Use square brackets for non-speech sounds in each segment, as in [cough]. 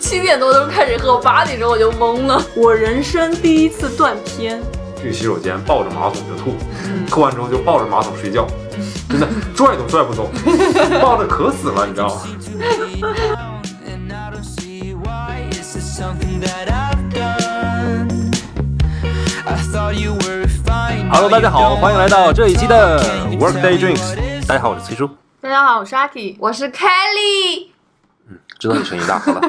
七点多钟开始喝，八点钟我就懵了。我人生第一次断片，去洗手间抱着马桶就吐，吐完之后就抱着马桶睡觉，真的拽都拽不走，抱着渴死了，你知道吗？ And I don't see why. Is this something that I've done? I thought you were fine. Hello，大家好，欢迎来到这一期的 Workday Drinks。大家好，我是崔叔，大家好，我是阿 K，我是 Kelly，知道你声音大，好了。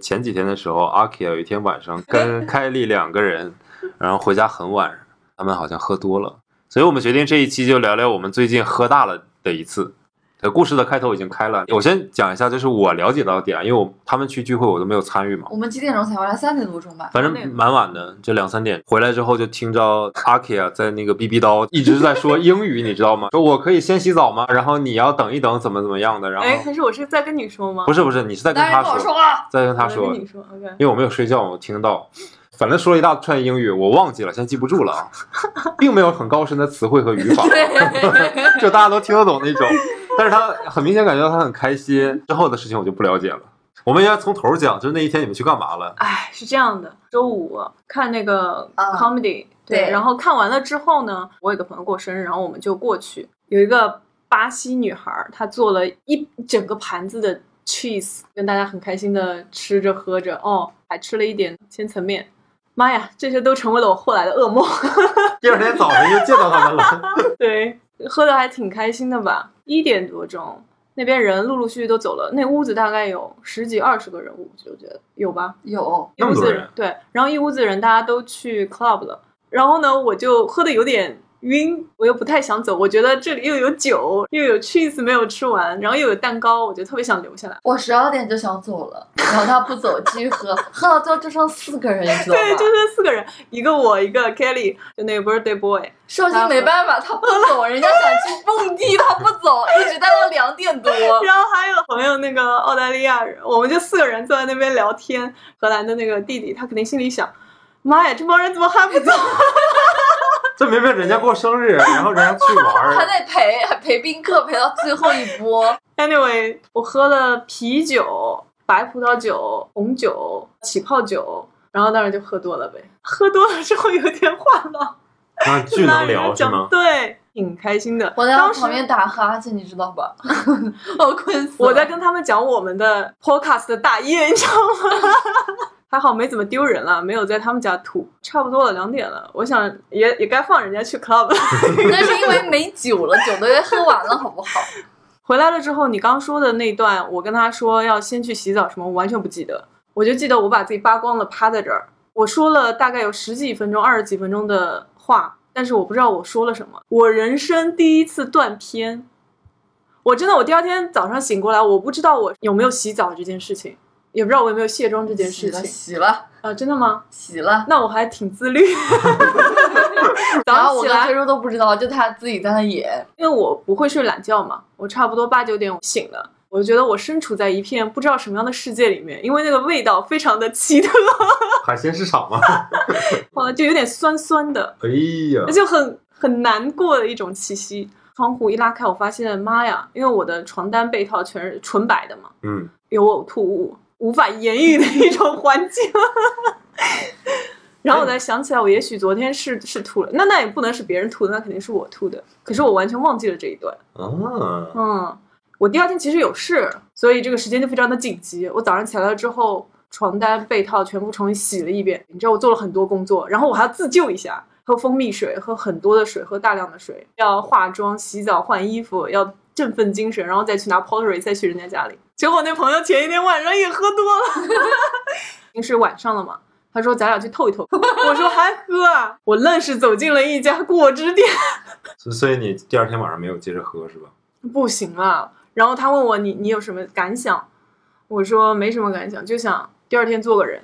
前几天的时候，阿 K 有一天晚上跟凯莉两个人，然后回家很晚，他们好像喝多了，所以我们决定这一期就聊聊我们最近喝大了的一次。呃，故事的开头已经开了，我先讲一下，就是我了解到的点，因为我他们去聚会我都没有参与嘛，我们几点钟才回来？三点多钟吧。反正蛮晚的，就两三点回来之后就听着阿 K 啊在那个哔哔叨一直在说英语，你知道吗？说我可以先洗澡吗？然后你要等一等，怎么怎么样的？然哎，后可是我是在跟你说吗？不是不是，你是在跟当他然跟我说，说啊了，在跟他我在说，跟因你说，OK，为我没有睡觉，我听到，反正说了一大串英语，我忘记了，现在记不住了啊，并没有很高深的词汇和语法， [laughs] 就大家都听得懂那种。但是他很明显感觉到他很开心，之后的事情我就不了解了。我们应该从头讲，就是那一天你们去干嘛了？哎，是这样的，周五看那个啊 comedy，、对然后看完了之后呢，我有个朋友过生日，然后我们就过去，有一个巴西女孩儿，她做了一整个盘子的 cheese，跟大家很开心的吃着喝着，哦，还吃了一点千层面。妈呀，这些都成为了我后来的噩梦。第二天早晨就见到他们了。对，喝的还挺开心的吧？一点多钟，那边人陆陆续续都走了，那屋子大概有十几二十个人，我就觉得有吧？有一那屋么多子人对，然后一屋子人大家都去 club 了，然后呢，我就喝的有点晕，我又不太想走，我觉得这里又有酒，又有 cheese 没有吃完，然后又有蛋糕，我就特别想留下来。我十二点就想走了，然后他不走，继续喝， [laughs] 喝到最后就剩四个人，你知道对，就吗？是四个人，一个我，一个 Kelly，就那个 birthday boy。绍兴没办法，他不走，人家想去蹦迪，他不走，一直待到两点 [laughs] 多。然后还有朋友那个澳大利亚人，我们就四个人坐在那边聊天。荷兰的那个弟弟，他肯定心里想：妈呀，这帮人怎么还不走？ [laughs] 这明明人家过生日，然后人家去玩还儿，得陪，还陪宾客陪到最后一波。 Anyway，我喝了啤酒、白葡萄酒、红酒、起泡酒，然后当然就喝多了呗。喝多了之后有点话痨，那巨能聊是吗？对，挺开心的。我在他当时旁边打哈欠，你知道吧？ [laughs] 我困死了。我在跟他们讲我们的 podcast 的大业， [laughs] 你知道吗？还好没怎么丢人了，没有在他们家吐。差不多了，两点了，我想也也该放人家去 club 了。那是因为没酒了，酒都喝完了，好不 [laughs] 好？回来了之后，你刚说的那段，我跟他说要先去洗澡什么，我完全不记得，我就记得我把自己扒光了趴在这儿，我说了大概有十几分钟、二十几分钟的话，但是我不知道我说了什么。我人生第一次断片，我真的，我第二天早上醒过来，我不知道我有没有洗澡这件事情，也不知道我有没有卸妆这件洗事了，情洗了，啊、真的吗？洗了。那我还挺自 [laughs] 律。 [laughs] 早然后上我起跟来崔，叔都不知道，就他自己在那演。因为我不会睡懒觉嘛，我差不多八九点我醒了，我觉得我身处在一片不知道什么样的世界里面，因为那个味道非常的奇特， [laughs] 海鲜市场吗？ [laughs] 呃，就有点酸酸的，哎呀那，就很很难过的一种气息。窗户一拉开，我发现妈呀，因为我的床单被套全是纯白的嘛，嗯，有呕吐物，无法言喻的一种环境。 [laughs] 然后我才想起来，我也许昨天是是吐了，那那也不能是别人吐的，那肯定是我吐的。可是我完全忘记了这一段。啊，嗯，我第二天其实有事，所以这个时间就非常的紧急。我早上起来了之后，床单被套全部重新洗了一遍。你知道我做了很多工作，然后我还要自救一下，喝蜂蜜水，喝很多的水，喝大量的水，要化妆、洗澡、换衣服，要振奋精神，然后再去拿 pottery，再去人家家里。结果我那朋友前一天晚上也喝多了， [laughs] 已经是晚上了嘛。他说：“咱俩去透一透。” [laughs] 我说：“还喝啊！”我愣是走进了一家果汁店，所所以你第二天晚上没有接着喝是吧？不行了。然后他问我你你有什么感想？我说没什么感想，就想第二天做个人。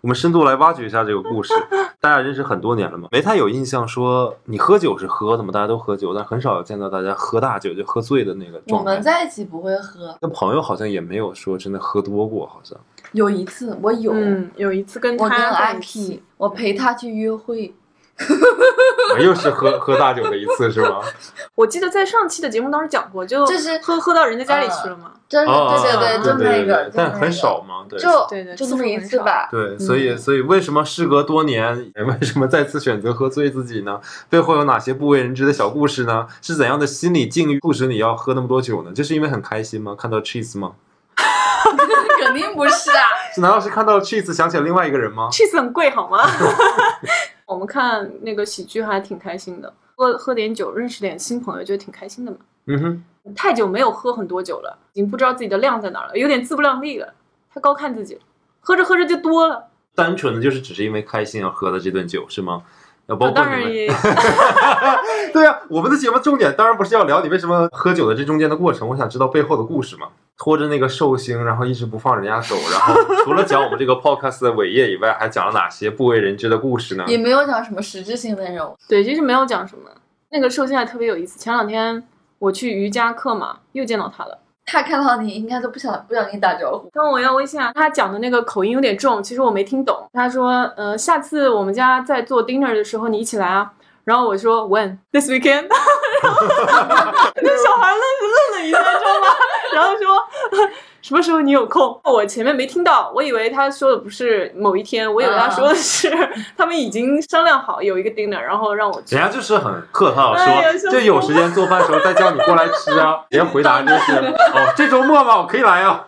我们深度来挖掘一下这个故事。大家认识很多年了嘛，没太有印象说你喝酒是喝的嘛，大家都喝酒，但很少见到大家喝大酒就喝醉的那个我状态。们在一起不会喝，跟朋友好像也没有说真的喝多过，好像有一次我有，嗯，有一次跟我跟他阿在一起 K，我陪他去约会，又是喝喝大酒的一次是 [laughs] 吗？我记得在上期的节目当时讲过，就就是喝喝到人家家里去了嘛。真的，啊对对对对对哦就那对个，就但那很个少嘛，对。就嗯对对就次这么数一很次少吧。对，所以所以为什么事隔多年，为什么再次选择喝醉自己呢？背后有哪些不为人知的小故事呢？是怎样的心理境遇促使你要喝那么多酒呢？就是因为很开心吗？看到 cheese 吗？ [laughs] 肯定不是啊，是难道是看到 cheese 想起了另外一个人呃吗？ cheese 很贵好 [laughs] 吗？ [laughs] 我们看那个喜剧还挺开心的，喝喝点酒，认识点新朋友，觉得挺开心的嘛。嗯哼，太久没有喝很多酒了，已经不知道自己的量在哪儿了，有点自不量力了，太高看自己了。喝着喝着就多了，单纯的就是只是因为开心而喝的这顿酒是吗？要包我括当你然们，也对啊，我们的节目重点当然不是要聊你为什么喝酒的这中间的过程，我想知道背后的故事嘛。拖着那个寿星，然后一直不放人家走，[laughs] 然后除了讲我们这个 podcast 的伟业以外，还讲了哪些不为人知的故事呢？ [laughs] 也没有讲什么实质性的任务。对，其实没有讲什么。那个寿星还特别有意思，前两天我去瑜伽课嘛，又见到他了。他看到你应该都不想不想跟你打招呼。他问我要微信啊，他讲的那个口音有点重，其实我没听懂。他说，呃，下次我们家在做 dinner 的时候，你一起来啊。然后我说 when this weekend，那小孩愣愣了一下，知道吗？然后说什么时候你有空？我前面没听到，我以为他说的不是某一天，我以为他说的是 [laughs] 他们已经商量好有一个 dinner，然后让我去人。家就是很客套说，哎呀笑死我这有时间做饭的时候再叫你过来吃啊。人家回答就是，哦，这周末嘛，我可以来啊。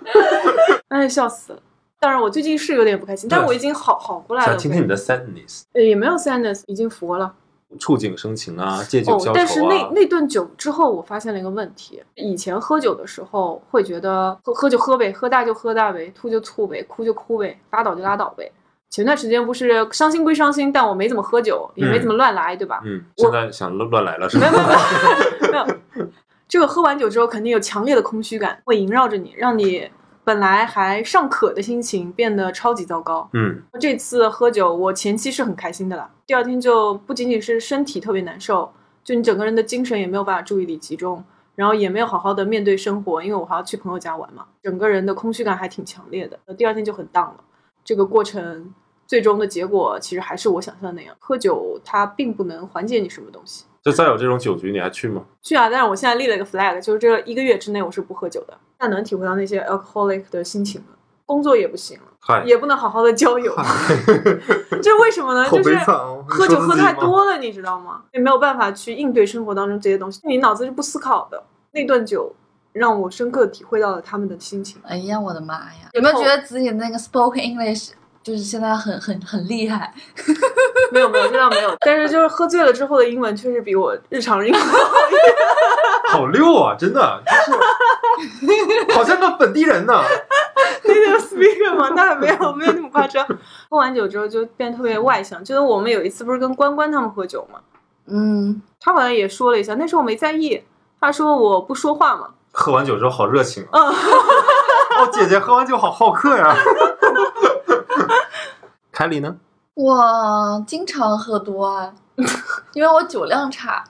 哎，笑死了。当然，我最近是有点不开心，对但我已经好好过来了。想听听你的 sadness，呃也没有 sadness，已经佛了。触景生情啊，借酒哦消，愁啊。但是那那顿酒之后，我发现了一个问题：以前喝酒的时候会觉得喝喝就喝呗，喝大就喝大呗，吐就吐呗，哭就哭呗，拉倒就拉倒呗。前段时间不是伤心归伤心，但我没怎么喝酒，也没怎么乱来，对吧？ [laughs] 嗯，我现在想乱乱来了是没吧有？没有没有，没有这个喝完酒之后肯定有强烈的空虚感，会萦绕着你，让你本来还尚可的心情变得超级糟糕。嗯，这次喝酒，我前期是很开心的啦，第二天就不仅仅是身体特别难受，就你整个人的精神也没有办法注意力集中，然后也没有好好的面对生活，因为我还要去朋友家玩嘛，整个人的空虚感还挺强烈的。呃第二天就很 down 了，这个过程最终的结果其实还是我想象的那样，喝酒它并不能缓解你什么东西。就再有这种酒局，你还去吗？去啊！但是我现在立了一个 flag，就是这一个月之内我是不喝酒的。但能体会到那些 alcoholic 的心情了，工作也不行了，嗨，也不能好好的交 [laughs] 友，这为什么呢？就是哦喝酒喝太。你说自己吗多了，你知道吗？也没有办法去应对生活当中这些东西，你脑子是不思考的。那顿酒让我深刻体会到了他们的心情。哎呀，我的妈呀！有没有觉得自己那个 spoken English 就是现在很很很厉害？没有没有，这倒没有。但是就是喝醉了之后的英文确实比我日常英文 [laughs] 好一点。 [laughs] 好溜啊，真的， [laughs] 就是好像个本地人呢。那个 speaker 吗？那没有没有那么夸张。喝完酒之后就变得特别外向，就是我们有一次不是跟关关他们喝酒嘛，嗯，他好像也说了一下，那时候我没在意。他说我不说话嘛，喝完酒之后好热情啊！嗯哦，姐姐喝完酒好好客呀、 [laughs] 凯里呢？我经常喝多 [laughs] 啊，因为我酒量差，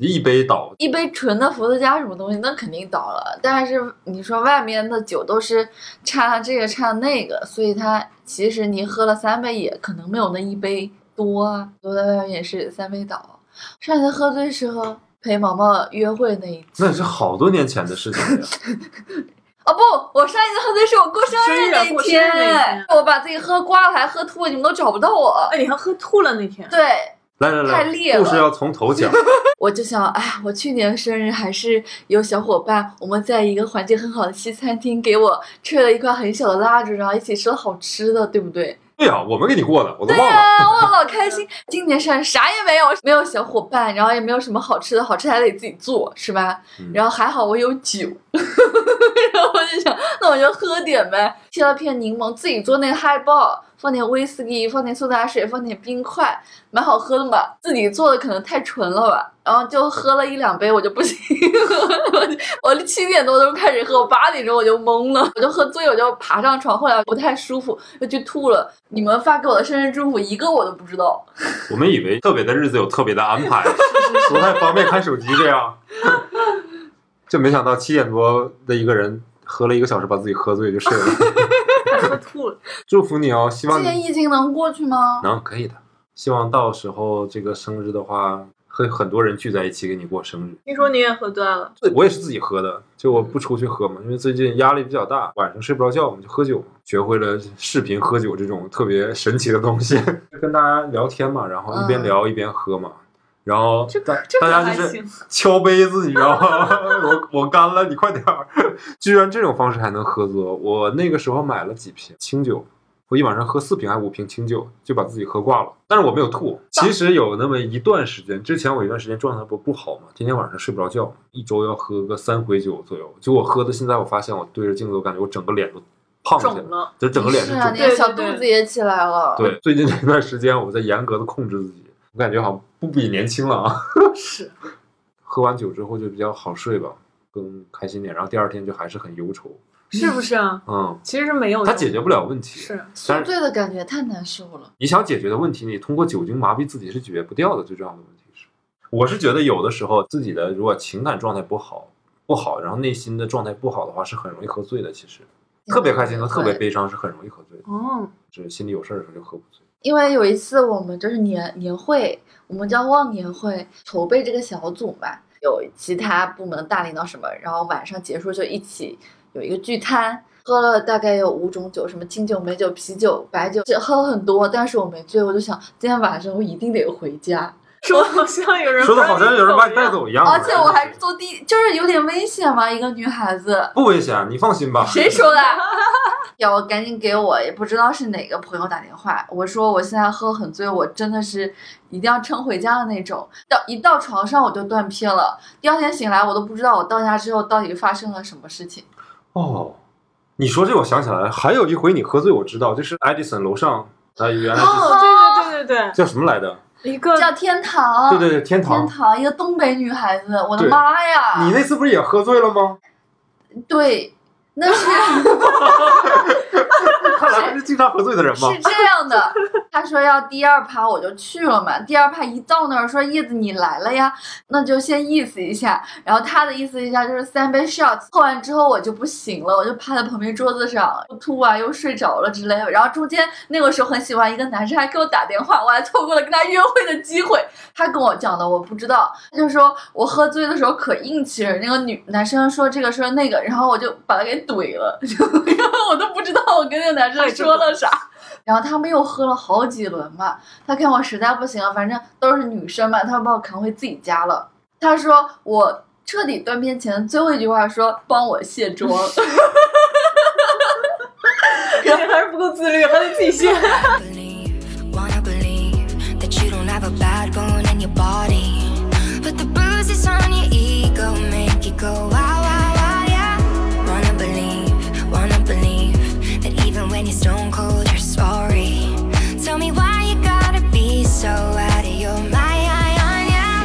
一杯倒，一杯纯的伏特加什么东西那肯定倒了。但是你说外面的酒都是差这个差那个，所以它其实你喝了三杯也可能没有那一杯多啊。我在外面也是三杯倒。上次喝醉时候陪毛毛约会那一次那也是好多年前的事情了呀。哦不，我上一次喝醉是我过生日那一生日过生日那一天我把自己喝挂了还喝吐了，你们都找不到我。哎，你还喝吐了那天。对，来来太来，烈了故事要从头讲。我就想，哎，我去年生日还是有小伙伴，我们在一个环境很好的西餐厅给我吹了一块很小的蜡烛，然后一起吃了好吃的，对不对？对呀、我们给你过的，我都对忘啊了。呀、我老开心。今年生日啥也没有，没有小伙伴，然后也没有什么好吃的，好吃还得自己做，是吧嗯？然后还好我有酒， [laughs] 然后我就想，那我就喝点呗，切了片柠檬，自己做那个嗨爆，放点威士忌，放点苏打水，放点冰块，蛮好喝的嘛。自己做的可能太纯了吧，然后就喝了一两杯，我就不行，我就 [laughs] 我七点多都开始喝，我八点钟我就懵了，我就喝醉，我就爬上床，后来不太舒服，又去吐了。你们发给我的生日祝福一个我都不知道，我们以为特别的日子有特别的安排，不太方便看手机这样， [laughs] 就没想到七点多的一个人喝了一个小时，把自己喝醉就睡了。还喝吐了。祝福你哦，希望 [laughs] 今年你疫情能过去吗？能可以的。希望到时候这个生日的话，和很多人聚在一起给你过生日。听说你也喝断了，对我也是自己喝的，就我不出去喝嘛，因为最近压力比较大，晚上睡不着觉，我们就喝酒嘛，学会了视频喝酒这种特别神奇的东西， [laughs] 跟大家聊天嘛，然后一边嗯聊一边喝嘛，然后这大这大个家还就是行。敲杯子，你知道吗？ [laughs] 我我干了，你快点儿！ [laughs] 居然这种方式还能喝多，我那个时候买了几瓶清酒。我一晚上喝四瓶还五瓶清酒，就把自己喝挂了。但是我没有吐。其实有那么一段时间，之前我有一段时间状态不不好嘛，天天晚上睡不着觉，一周要喝个三回酒左右。就我喝的，现在我发现我对着镜子，我感觉我整个脸都胖下来肿了，就整个脸是肿啊，的。你对的对小肚对子也起来了。对，最近这段时间我在严格的控制自己，我感觉好像不比年轻了啊。 [laughs] 是喝完酒之后就比较好睡吧，更开心点，然后第二天就还是很忧愁。是不是啊？嗯，其实是没有的，它解决不了问题。是宿但是醉的感觉太难受了。你想解决的问题，你通过酒精麻痹自己是解决不掉的。最重要的问题是，我是觉得有的时候自己的如果情感状态不好，不好，然后内心的状态不好的话，是很容易喝醉的。其实特别开心和特别悲伤是很容易喝醉的，哦，就是心里有事儿的时候就喝不醉。因为有一次我们就是年年会，我们叫忘年会，筹备这个小组嘛，有其他部门的大领导什么，然后晚上结束就一起有一个聚餐，喝了大概有五种酒，什么清酒、美酒、啤酒、白酒，就喝了很多，但是我没醉，我就想今天晚上我一定得回家，说好像有人说的好像有人把你带走走一样，而且啊我还坐地，就是有点危险嘛，一个女 [laughs] 孩子，不危险，你放心吧。谁说的？ [laughs] 要赶紧给我，也不知道是哪个朋友打电话。我说我现在喝很醉，我真的是一定要撑回家的那种。到一到床上我就断片了，第二天醒来我都不知道我到家之后到底发生了什么事情。哦，你说这我想起来了，还有一回你喝醉，我知道，就是爱迪森楼上，他原来是、哦，对对对对叫什么来着？对，一个哦叫天堂，对对对，天堂。天堂，一个东北女孩子，我的对妈呀！你那次不是也喝醉了吗？对，那是。看来还是经常喝醉的人吗？是这样的，他说要第二趴，我就去了嘛。第二趴一到那儿说叶子你来了呀，那就先意思一下。然后他的意思一下就是三杯 shots，喝完之后我就不行了，我就趴在旁边桌子上又吐啊，又睡着了之类的。然后中间那个时候很喜欢一个男生，还给我打电话，我还错过了跟他约会的机会。他跟我讲的我不知道，他就说我喝醉的时候可硬气了，那个女男生说这个说那个，然后我就把他给怼了， [laughs] 然后我都不知道我跟那个男生说了啥。然后他们又喝了好几轮嘛，他看我实在不行了，反正都是女生嘛，他就把我扛回自己家了。他说我彻底断片前最后一句话说帮我卸妆， [laughs] 人 [laughs] 还是不够自律，还得自己 [laughs] 先。 believe, wanna believe that you don't have a bad bone in your body. But the bruises on your ego make you go wow, wow, wow, yeah. Wanna believe, wanna believe that even when you're stone cold, you're sorry. Tell me why you gotta be so out of your mind, yeah.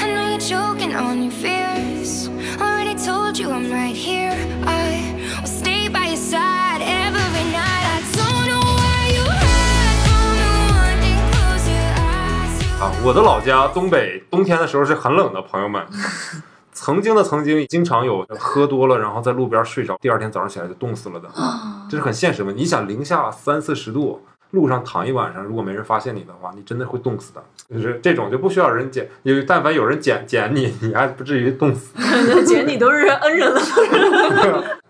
I know you're choking on your fears. Already told you I'm right here. I will stay by your side every night. I don't know where you hide from the one day. Close your eyes. you 啊，我的老家东北，冬天的时候是很冷的，朋友们。曾经的曾经，经常有喝多了，然后在路边睡着，第二天早上起来就冻死了的，这是很现实的。你想零下三四十度，路上躺一晚上，如果没人发现你的话，你真的会冻死的。就是这种就不需要人捡，因为但凡有人捡捡你，你还不至于冻死。 [laughs] 姐，你都是恩人了，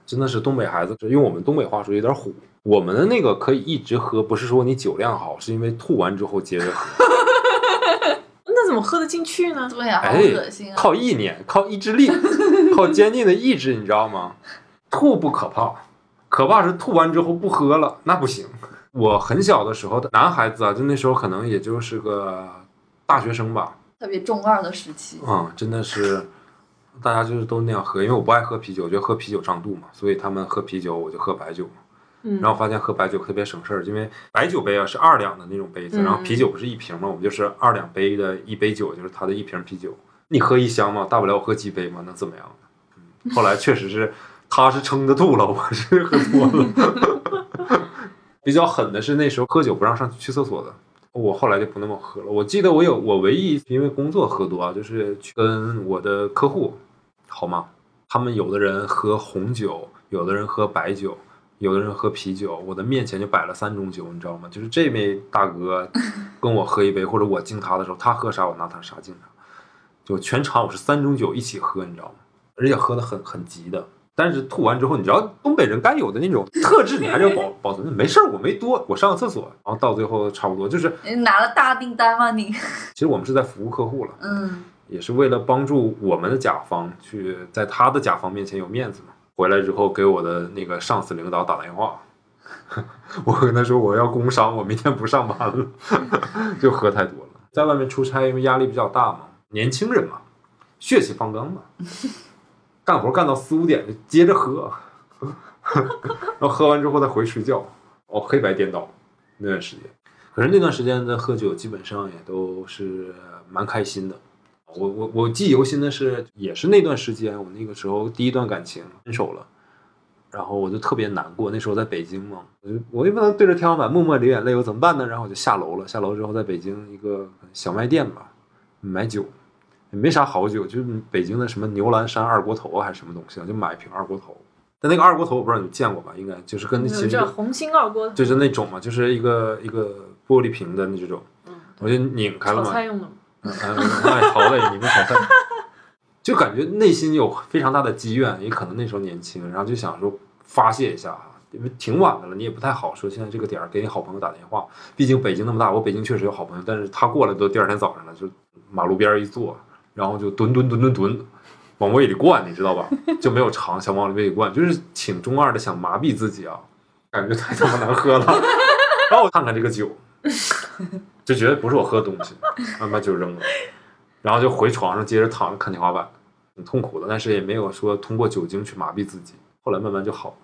真的是东北孩子，就用我们东北话说有点虎。我们的那个可以一直喝，不是说你酒量好，是因为吐完之后接着喝。那怎么喝得进去呢？对呀、好哎，恶心啊！靠意念，靠意志力，靠坚定的意志，你知道吗？吐不可怕，可怕是吐完之后不喝了，那不行。我很小的时候，男孩子啊，就那时候可能也就是个大学生吧，特别中二的时期，嗯，真的是，大家就是都那样喝，因为我不爱喝啤酒，我觉得喝啤酒胀肚嘛，所以他们喝啤酒，我就喝白酒嘛。嗯然后发现喝白酒特别省事儿，因为白酒杯啊是二两的那种杯子，嗯然后啤酒不是一瓶嘛，我们就是二两杯的一杯酒，就是它的一瓶啤酒。你喝一箱嘛，大不了我喝几杯嘛，能怎么样？嗯，后来确实是他是撑得住了，我是喝多了。 [laughs] 比较狠的是那时候喝酒不让上去厕所的，我后来就不那么喝了。我记得我有我唯一因为工作喝多啊，就是去跟我的客户，好吗？他们有的人喝红酒，有的人喝白酒，有的人喝啤酒，我的面前就摆了三种酒，你知道吗？就是这位大哥跟我喝一杯，或者我敬他的时候，他喝啥我拿他啥敬啥，就全场我是三种酒一起喝，你知道吗？而且喝的很很急的。但是吐完之后，你知道东北人该有的那种特质，你还是要保保存的。没事儿，我没多，我上个厕所，然后到最后差不多就是，你拿了大订单吗你？ [laughs] 其实我们是在服务客户了，嗯，也是为了帮助我们的甲方去在他的甲方面前有面子嘛。回来之后给我的那个上司领导打电话， [laughs] 我跟他说我要工伤，我明天不上班了， [laughs] 就喝太多了。在外面出差，因为压力比较大嘛，年轻人嘛，血气方刚嘛，干活干到四五点就接着喝， [laughs] 然后喝完之后再回睡觉，哦，黑白颠倒那段时间。可是那段时间的喝酒基本上也都是蛮开心的。我我我记忆犹新的是，也是那段时间，我那个时候第一段感情分手了，然后我就特别难过。那时候在北京嘛，我就我也不能对着天花板默默流眼泪，我怎么办呢？然后我就下楼了。下楼之后，在北京一个小卖店吧买酒，也没啥好酒，就是北京的什么牛栏山二锅头啊，还是什么东西啊，就买一瓶二锅头。但那个二锅头我不知道你见过吧？应该就是跟其实就这红星二锅就是那种嘛，就是一个一个玻璃瓶的那种，我就拧开了嗯炒嘛，菜用的吗？嗯，哎，好嘞，你们炒菜，就感觉内心有非常大的积怨，也可能那时候年轻，然后就想说发泄一下啊，因为挺晚的了，你也不太好说现在这个点儿给你好朋友打电话，毕竟北京那么大，我北京确实有好朋友，但是他过来都第二天早上了，就马路边儿一坐，然后就蹲蹲蹲蹲蹲。往胃里灌，你知道吧？就没有尝，想往胃里灌，就是挺中二的，想麻痹自己啊，感觉太他妈难喝了。然后我看看这个酒，就觉得不是我喝的东西，然后把酒扔了，然后就回床上接着躺着看天花板，挺痛苦的，但是也没有说通过酒精去麻痹自己，后来慢慢就好了。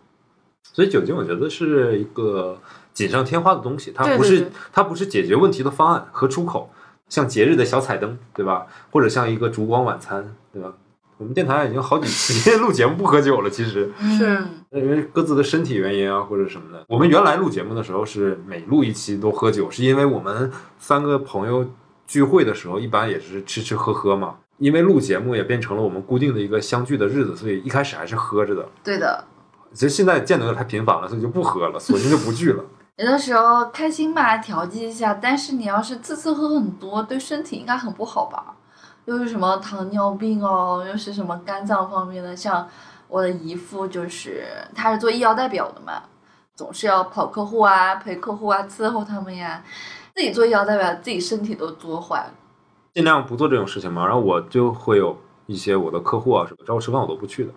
所以酒精我觉得是一个锦上添花的东西，它对不对是对它不是解决问题的方案和出口，像节日的小彩灯，对吧？或者像一个烛光晚餐，对吧？我们电台已经好几 [laughs] 期录节目不喝酒了，其实，是嗯因为各自的身体原因啊，或者什么的。我们原来录节目的时候是每录一期都喝酒，是因为我们三个朋友聚会的时候，一般也是吃吃喝喝嘛。因为录节目也变成了我们固定的一个相聚的日子，所以一开始还是喝着的。对的。其实现在见的有点太频繁了，所以就不喝了，索性就不聚了。有的时候开心吧，调剂一下，但是你要是次次喝很多，对身体应该很不好吧？又是什么糖尿病哦，又是什么肝脏方面的，像我的姨父就是，他是做医药代表的嘛，总是要跑客户啊，陪客户啊，伺候他们呀，自己做医药代表，自己身体都作坏了。尽量不做这种事情嘛。然后我就会有一些我的客户啊什么找我吃饭我都不去的。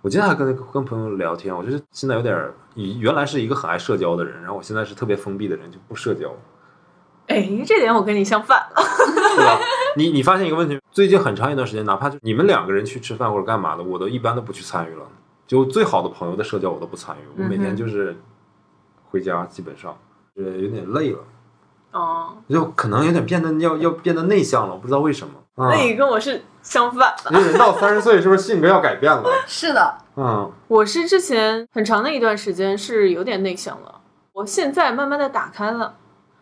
我今天还跟跟朋友聊天，我就是现在有点儿以原来是一个很爱社交的人，然后我现在是特别封闭的人，就不社交。哎，这点我跟你相反了。对吧？你你发现一个问题，最近很长一段时间，哪怕就你们两个人去吃饭或者干嘛的，我都一般都不去参与了。就最好的朋友的社交我都不参与，我每天就是回家，基本上呃有点累了，哦，就可能有点变得要要变得内向了，我不知道为什么。啊那，你跟我是相反的。人到三十岁是不是性格要改变了？是的，嗯，我是之前很长的一段时间是有点内向了，我现在慢慢的打开了，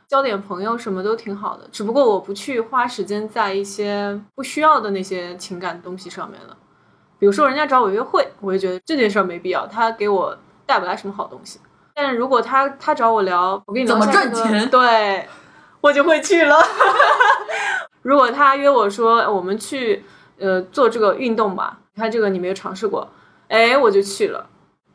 交点朋友什么都挺好的，只不过我不去花时间在一些不需要的那些情感东西上面了。比如说人家找我约会，我就觉得这件事儿没必要，他给我带不来什么好东西。但是如果他他找我聊，我跟你聊怎么下一个赚钱对我就会去了。 [laughs] 如果他约我说呃我们去呃做这个运动吧，你看这个你没有尝试过，哎，我就去了。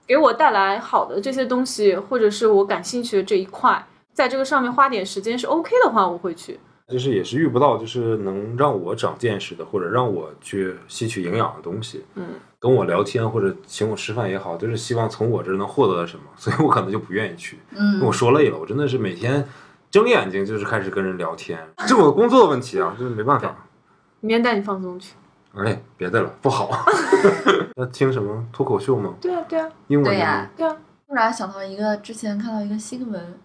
给我带来好的这些东西，或者是我感兴趣的这一块，在这个上面花点时间是 OK 的话，我会去。就是也是遇不到，就是能让我长见识的，或者让我去吸取营养的东西。嗯，跟我聊天或者请我吃饭也好，就是希望从我这儿能获得到什么，所以我可能就不愿意去。嗯，我说累了，我真的是每天睁眼睛就是开始跟人聊天，这是我的工作问题啊，就是没办法。明天带你放松去。哎，别的了，不好。 [laughs] 那听什么脱口秀吗？对啊，对啊，英文对的呀、吗？对啊。突然想到一个，之前看到一个新闻，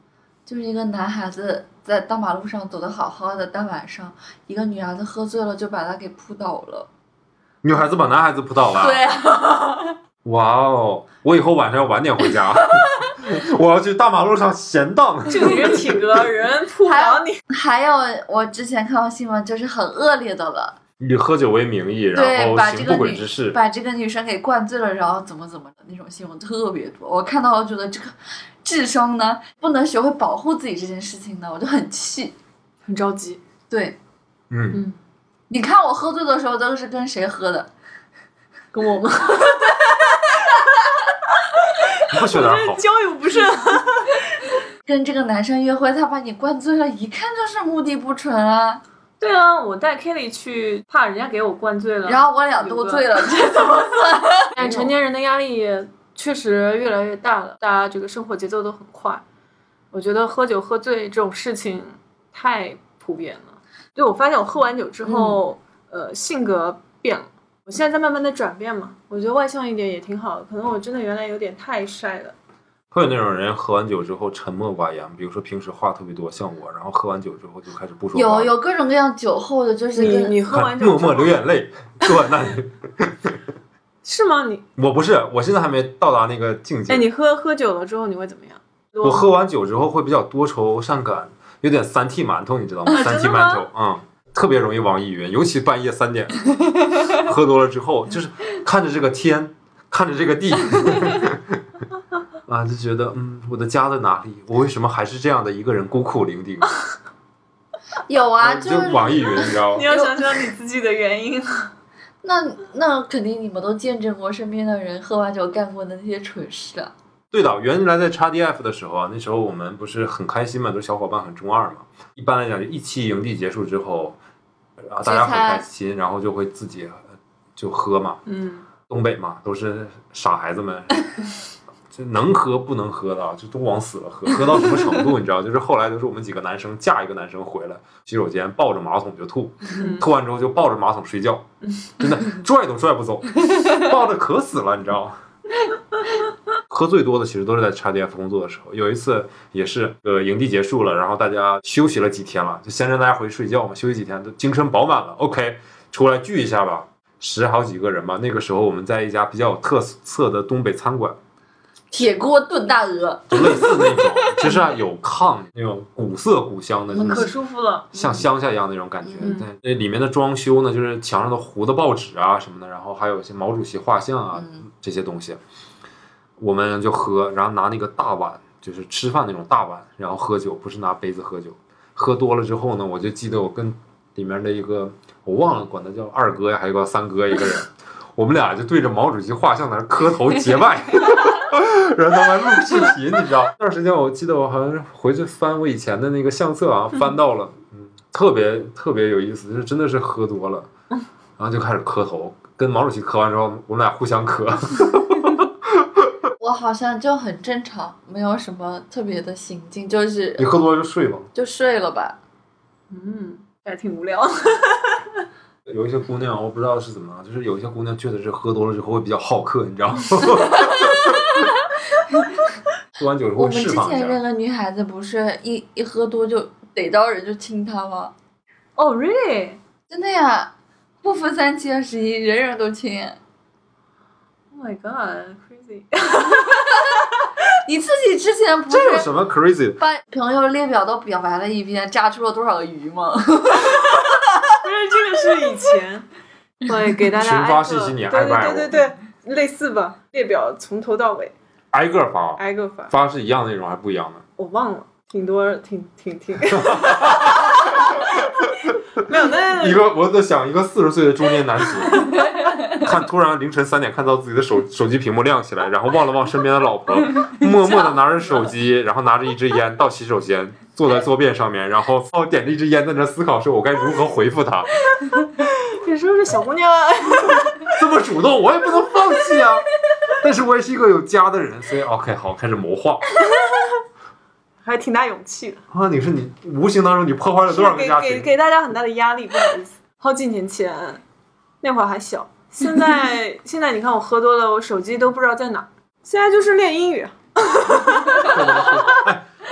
就是一个男孩子在大马路上走的好好的，大晚上一个女孩子喝醉了就把他给扑倒了。女孩子把男孩子扑倒了。啊对， [laughs] 哇哦，我以后晚上要晚点回 [laughs] 家，我要去大马路上闲荡。这个人 [laughs] 体格，人扑不了你。还有我之前看到新闻，就是很恶劣的了，以喝酒为名义，然对，后把这行个不轨之女事。把这个女生给灌醉了，然后怎么怎么的那种新闻特别多。我看到我觉得这个智商呢，不能学会保护自己这件事情呢，我就很气。很着急。对，嗯，你看我喝醉的时候都是跟谁喝的？跟我们不学点好。 [laughs] 交友不慎，跟这个男生约会，他把你灌醉了，一看就是目的不纯啊。 [laughs] 对啊，我带 Kelly 去，怕人家给我灌醉啊了。然后我俩都醉了，这怎么算？但成年人的压力也确实越来越大了，大家这个生活节奏都很快。我觉得喝酒喝醉这种事情太普遍了。对，我发现我喝完酒之后，呃，性格变了。我现在在慢慢的转变嘛，我觉得外向一点也挺好的。可能我真的原来有点太晒了。会有那种人喝完酒之后沉默寡言，比如说平时话特别多，像我，然后喝完酒之后就开始不说话有，有各种各样酒后的，就是你跟你喝完酒默之后默流眼泪，坐在那里。是吗？你我不是，我现在还没到达那个境界。哎，你喝喝酒了之后你会怎么样？我喝完酒之后会比较多愁善感，有点三屉馒头，你知啊道吗？三屉馒头，嗯，特别容易网易云，尤其半夜三点喝多了之后，就是看着这个天，看着这个地， [laughs] 啊，就觉得嗯，我的家在哪里？我为什么还是这样的一个人孤苦伶仃？有啊，就是网易云，你知道吗 [laughs] 你？要想想你自己的原因。那那肯定你们都见证过身边的人喝完酒干过的那些蠢事啊。对的，原来在 XDF 的时候啊，那时候我们不是很开心嘛，都是小伙伴很中二嘛。一般来讲，就一期营地结束之后，啊，大家很开心，然后就会自己呃就喝嘛。嗯，东北嘛，都是傻孩子们，就能喝不能喝的啊，就都往死了喝，喝到什么程度你知道？就是后来都是我们几个男生架一个男生回来洗手间，抱着马桶就吐，吐完之后就抱着马桶睡觉，真的拽都拽不走，抱着渴死了，你知道吗？ [laughs] 喝最多的其实都是在 XDF 工作的时候。有一次也是，呃，营地结束了，然后大家休息了几天了，就先让大家回去睡觉嘛，休息几天都精神饱满了，OK，出来聚一下吧，十好几个人吧。那个时候我们在一家比较有特色的东北餐馆，铁锅炖大鹅，就类似那种，就是啊有炕那种古色古香的，就可是舒服了。像乡下一样那种感觉。嗯对，那里面的装修呢，就是墙上的糊的报纸啊什么的，然后还有一些毛主席画像啊、嗯这些东西。我们就喝，然后拿那个大碗，就是吃饭那种大碗，然后喝酒，不是拿杯子喝酒。喝多了之后呢，我就记得我跟里面的一个，我忘了管他叫二哥呀，还有个三哥一个人，我们俩就对着毛主席画像在那磕头结拜。然后他们还录视频，你知道？那段时间我记得我好像是回去翻我以前的那个相册啊，翻到了，嗯，特别特别有意思，就是真的是喝多了，然后就开始磕头，跟毛主席磕完之后，我们俩互相磕。我好像就很正常，没有什么特别的行径，就是你喝多了就睡嘛。就睡了吧。嗯，还挺无聊。有一些姑娘，我不知道是怎么了，就是有一些姑娘确实是喝多了之后会比较好客，你知道吗？ [laughs] 喝完酒之后我会们之释放一前那下，个女孩子不是一一喝多就逮到人就亲她吗？哦、r e a l l y 真的呀，不分三七二十一，人人都亲。 Oh my god, crazy！ [laughs] 你自己之前不这有是什么 crazy 的？把朋友列表都表白了一遍，炸出了多少个鱼吗？不是这个是以前会给大家群发挨个信息你爱对不爱我对对对对，类似吧，列表从头到尾挨个发，挨个发，发是一样的那种还不一样的？我忘了，挺多，挺挺挺。 [laughs] 没有，那一个，我在想一个四十岁的中年男子，看突然凌晨三点看到自己的手手机屏幕亮起来，然后望了望身边的老婆，默默的拿着手机，然后拿着一支烟到洗手间，坐在坐便上面，然后哦点着一支烟，在那思考说我该如何回复他。你说是小姑娘啊， [laughs] 这么主动，我也不能放弃啊。但是我也是一个有家的人，所以 OK 好，开始谋划。还挺大勇气的，啊，你是你无形当中你破坏了 [laughs] 多少个给家给庭？给大家很大的压力，不好意思。好几年前，那会儿还小，现 [laughs] 在现在你看我喝多了，我手机都不知道在哪儿。现在就是练英语，啊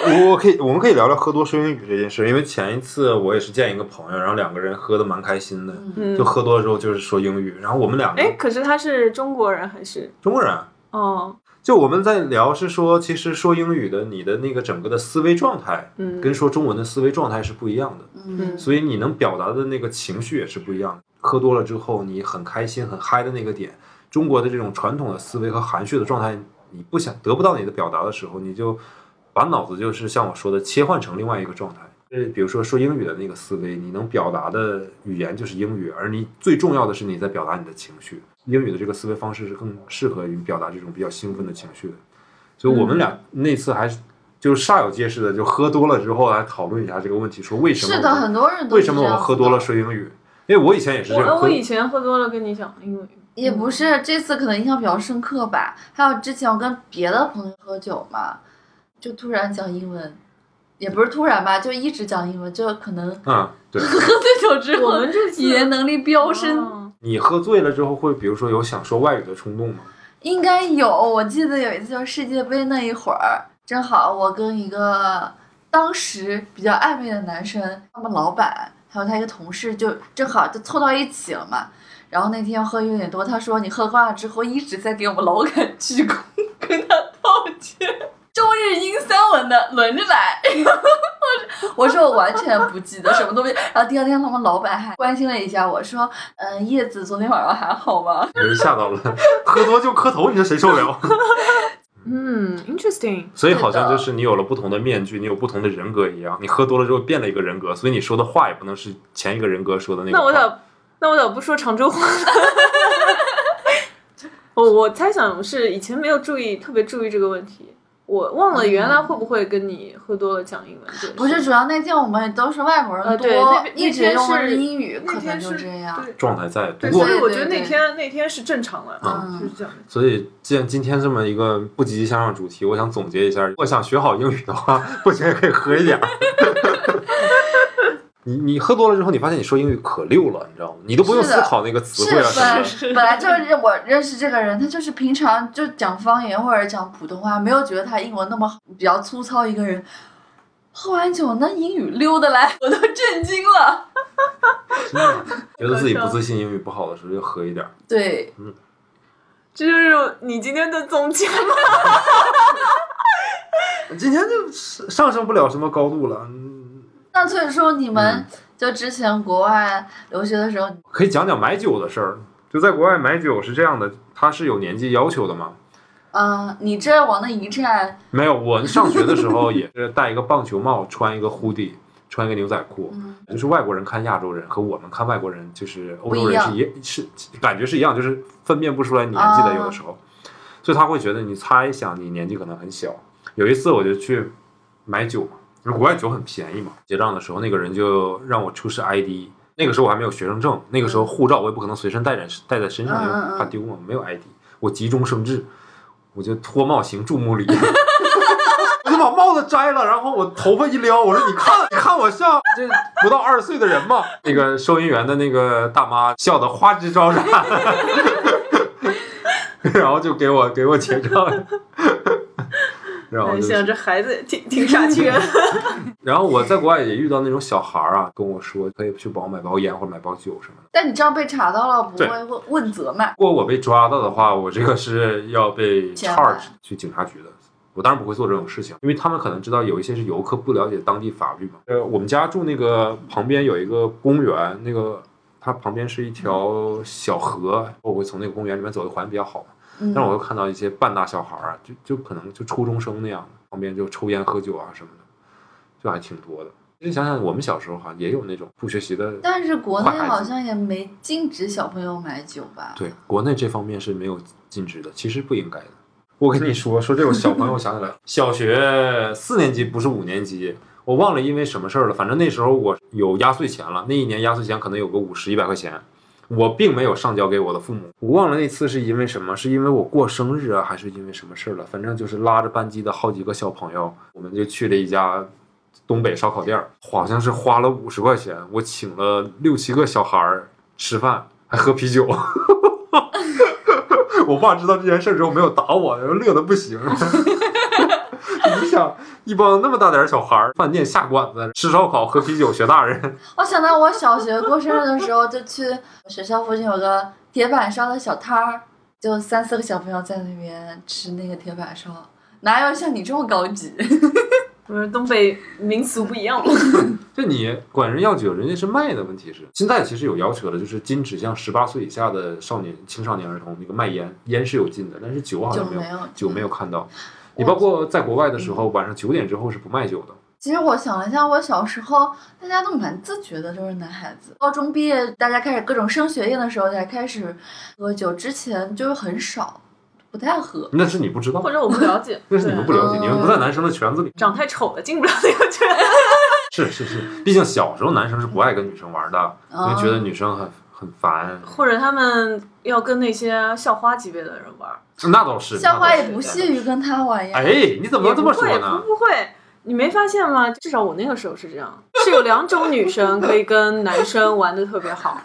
我我可以，我们可以聊聊喝多说英语这件事，因为前一次我也是见一个朋友，然后两个人喝的蛮开心的，嗯就，喝多了之后就是说英语，然后我们两个哎，可是他是中国人还是？中国人，啊哦，就我们在聊是说，其实说英语的你的那个整个的思维状态，嗯跟说中文的思维状态是不一样的，嗯所以你能表达的那个情绪也是不一样的。喝多了之后你很开心、很嗨的那个点，中国的这种传统的思维和含蓄的状态，你不想得不到你的表达的时候，你就把脑子就是像我说的切换成另外一个状态。呃，比如说说英语的那个思维，你能表达的语言就是英语，而你最重要的是你在表达你的情绪。英语的这个思维方式是更适合于表达这种比较兴奋的情绪的。所以我嗯们俩那次还是就是煞有介事的，就喝多了之后来讨论一下这个问题，说为什么 [laughs] 是的，很多人都为是什么这我们样喝子多的了说英语？因为我以前也是这我样喝我，以前喝多了跟你讲 [laughs] 英语，也不是，这次可能印象比较深刻吧。还有之前我跟别的朋友喝酒嘛，就突然讲英文，也不是突然吧，就一直讲英文，就可能 [laughs] 嗯，对， [laughs] 喝醉酒之我后们这次啊语言能力飙升，哦你喝醉了之后会比如说有想说外语的冲动吗？应该有。我记得有一次就世界杯那一会儿，正好我跟一个当时比较暧昧的男生，他们老板还有他一个同事就正好就凑到一起了嘛。然后那天喝有点多，他说你喝挂了之后一直在给我们老板鞠躬，跟他道歉。周日英三文的轮着来， [laughs] 我说我完全不记得什么都没。然后第二天他们老板还关心了一下我说，嗯、叶子昨天晚上还好吗？人吓到了，喝多就磕头，你说谁受得了？ [laughs] 嗯，interesting。所以好像就是你有了不同的面具，你有不同的人格一样。你喝多了之后变了一个人格，所以你说的话也不能是前一个人格说的那那个话。我咋那我咋不说常州话？ [laughs] 我我猜想是以前没有注意特别注意这个问题，我忘了原来会不会跟你喝多了讲英文这件事。不是，主要那天我们也都是外国人多，呃对那边一直用的是英语，那可能天就是这样。对状态在，不对，过所以我觉得对对那天那天是正常了，嗯就是这样的。所以，既然今天这么一个不积极向上的主题，我想总结一下：如果想学好英语的话，不行也可以喝一点儿。 [laughs] 你你喝多了之后，你发现你说英语可溜了，你知道吗？你都不用是的思考那个词汇啊什么本的。本来就是我认识这个人，他就是平常就讲方言或者讲普通话，没有觉得他英文那么好，比较粗糙一个人。喝完酒那英语溜得来，我都震惊了。真的觉得自己不自信，英语不好的时候就喝一点儿。对，这就是你今天的总结吗？今天就上升不了什么高度了。嗯那所以说你们嗯就之前国外留学的时候，可以讲讲买酒的事儿。就在国外买酒是这样的，它是有年纪要求的嘛。嗯、你这往那一站，没有，我上学的时候也是戴一个棒球帽，穿一个 hoodie，穿一个牛仔裤。嗯，就是外国人看亚洲人和我们看外国人，就是欧洲不人一样是一是感觉是一样，就是分辨不出来年纪的，啊有的时候，所以他会觉得你猜想你年纪可能很小。有一次我就去买酒嘛，因为国外酒很便宜嘛，结账的时候那个人就让我出示 ID，那个时候我还没有学生证，那个时候护照我也不可能随身带在带在身上，因嗯嗯嗯为怕丢嘛，没有 ID，我急中生智，我就脱帽行注目礼。我就把帽子摘了，然后我头发一撩，我说：“你看，你看我像这不到二十岁的人吗？”那个收银员的那个大妈笑得花枝招展， [laughs] 然后就给我给我结账，然后哎就想这孩子挺挺傻缺。然后我在国外也遇到那种小孩儿啊，跟我说可以去帮我买包烟或者买包酒什么的。但你这样被查到了，不对会问问责嘛？如果我被抓到的话，我这个是要被遣返 charge 去警察局的。我当然不会做这种事情，因为他们可能知道有一些是游客不了解当地法律嘛。呃，我们家住那个旁边有一个公园，那个它旁边是一条小河，我会从那个公园里面走一环比较好嘛。嗯，但是我又看到一些半大小孩儿啊，就就可能就初中生那样的，旁边就抽烟喝酒啊什么的，就还挺多的。你想想，我们小时候好像也有那种不学习的，但是国内坏孩子好像也没禁止小朋友买酒吧？对，国内这方面是没有禁止的，其实不应该的。我跟你说，说这种小朋友，我想起来了， [laughs] 小学四年级不是五年级，我忘了因为什么事儿了，反正那时候我有压岁钱了，那一年压岁钱可能有个五十一百块钱，我并没有上交给我的父母，我忘了那次是因为什么，是因为我过生日啊，还是因为什么事儿了？反正就是拉着班级的好几个小朋友，我们就去了一家东北烧烤店儿，好像是花了五十块钱，我请了六七个小孩儿吃饭，还喝啤酒。 [laughs] 我爸知道这件事之后没有打我，乐的不行。 [laughs] 你想，一帮那么大点儿小孩儿，饭店下馆子吃烧烤喝啤酒学大人， [laughs] 我想到我小学过生日的时候，就去学校附近有个铁板烧的小摊儿，就三四个小朋友在那边吃那个铁板烧，哪有像你这么高级？ [laughs] [laughs] 我说东北民俗不一样嘛。这你管人要酒，人家是卖的。问题是，现在其实有要求了，就是禁止像十八岁以下的少年、青少年儿童那个卖烟，烟是有禁的，但是酒好像没有，嗯酒没有酒没有看到。你包括在国外的时候，晚上九点之后是不卖酒的。其实我想了一下，我小时候大家都蛮自觉的，就是男孩子。高中毕业，大家开始各种升学宴的时候才开始喝酒，之前就是很少，不太喝。那是你不知道或，者我不了 [laughs] 解，那是你们不了解，嗯你们不在男生的圈子里。长太丑了，进不了那个圈。 [laughs] 是是是，毕竟小时候男生是不爱跟女生玩的，因啊为觉得女生很很烦。或者他们要跟那些校花级别的人玩儿，那倒是，校花那倒也是不屑于跟他玩呀。哎，你怎么这么说也不会呢不？不会，你没发现吗？至少我那个时候是这样，是有两种女生可以跟男生玩的特别 [laughs] 好，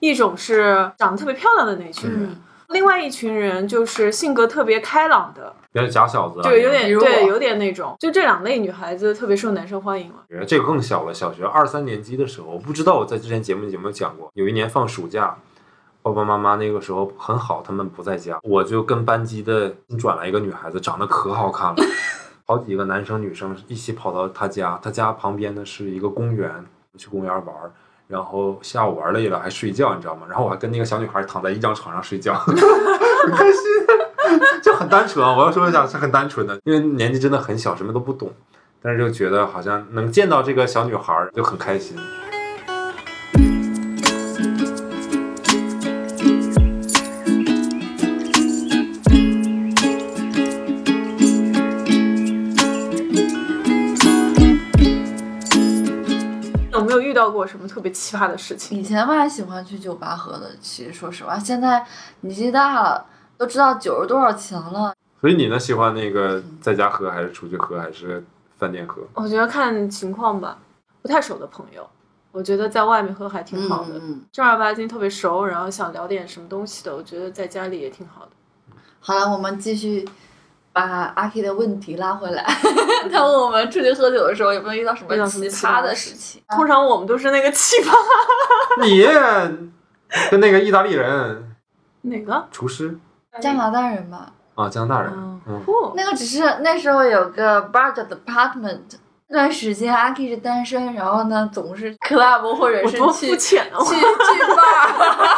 一种是长得特别漂亮的那群人。嗯另外一群人就是性格特别开朗的，有点假小子啊，就有比点如对，我有点那种，就这两类女孩子特别受男生欢迎了。这个更小了，小学二三年级的时候，我不知道我在之前节目里有没有讲过。有一年放暑假，爸爸妈妈那个时候很好，他们不在家，我就跟班级的新转来一个女孩子，长得可好看了，好几个男生女生一起跑到她家，她家旁边呢是一个公园，我们去公园玩儿。然后下午玩累了还睡觉，你知道吗？然后我还跟那个小女孩躺在一张床上睡觉， [laughs] 很开心， [laughs] 就很单纯啊！我要说一下是很单纯的，因为年纪真的很小，什么都不懂。但是就觉得好像能见到这个小女孩儿就很开心。有没有遇到过什么特别奇葩的事情？以前我还喜欢去酒吧喝的，其实说实话，现在年纪大了，都知道酒是多少钱了。所以你呢，喜欢那个嗯在家喝，还是出去喝，还是饭店喝？ [laughs] 我觉得看情况吧，不太熟的朋友，我觉得在外面喝还挺好的。嗯，正儿八经特别熟，然后想聊点什么东西的，我觉得在家里也挺好的。好了，我们继续把阿 K 的问题拉回 [laughs] 来。他问我们出去喝酒的时候有没有遇到什么遇到什么奇奇葩葩的的事情？通常我们都是那个奇葩，你跟那个意大利人哪个？厨师加拿大人吧，啊，加拿大人，嗯嗯，哦，那个只是那时候有个 bar 的 department，那段时间阿 K 是单身，然后呢总是 club 或者我是多去肤浅啊！去去 [laughs] bar，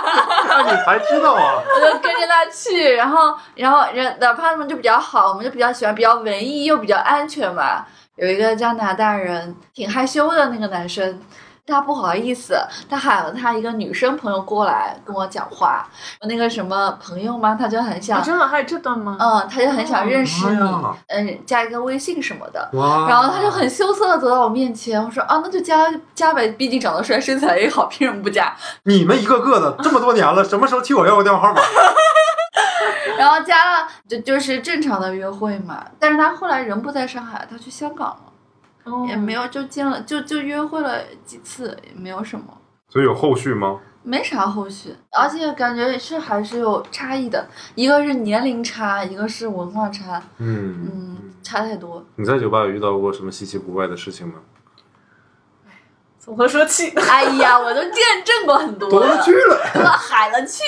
那你才知道啊。我就跟着他去，然后然后人 department 就比较好，我们就比较喜欢比较文艺又比较安全嘛。有一个加拿大人挺害羞的那个男生。他不好意思，他喊了他一个女生朋友过来跟我讲话，我那个什么朋友嘛，他就很想啊，，真的还有这段吗？嗯，他就很想认识你哦妈呀，嗯，加一个微信什么的，哇！然后他就很羞涩的走到我面前，我说啊，那就加加呗，毕竟长得帅，身材也好，凭什么不加？你们一个个的这么多年了，什么时候替我要个电话 [laughs] 号码？然后加了就就是正常的约会嘛。但是他后来人不在上海，他去香港了，哦也没。有就见了，就就约会了几次，也没有什么。所以有后续吗？没啥后续，而且感觉是还是有差异的，一个是年龄差，一个是文化差，嗯嗯，差太多。你在酒吧有遇到过什么稀奇古怪的事情吗？从何说起？哎呀，我都见证过很多都了。去了，喝 [laughs] 海了去，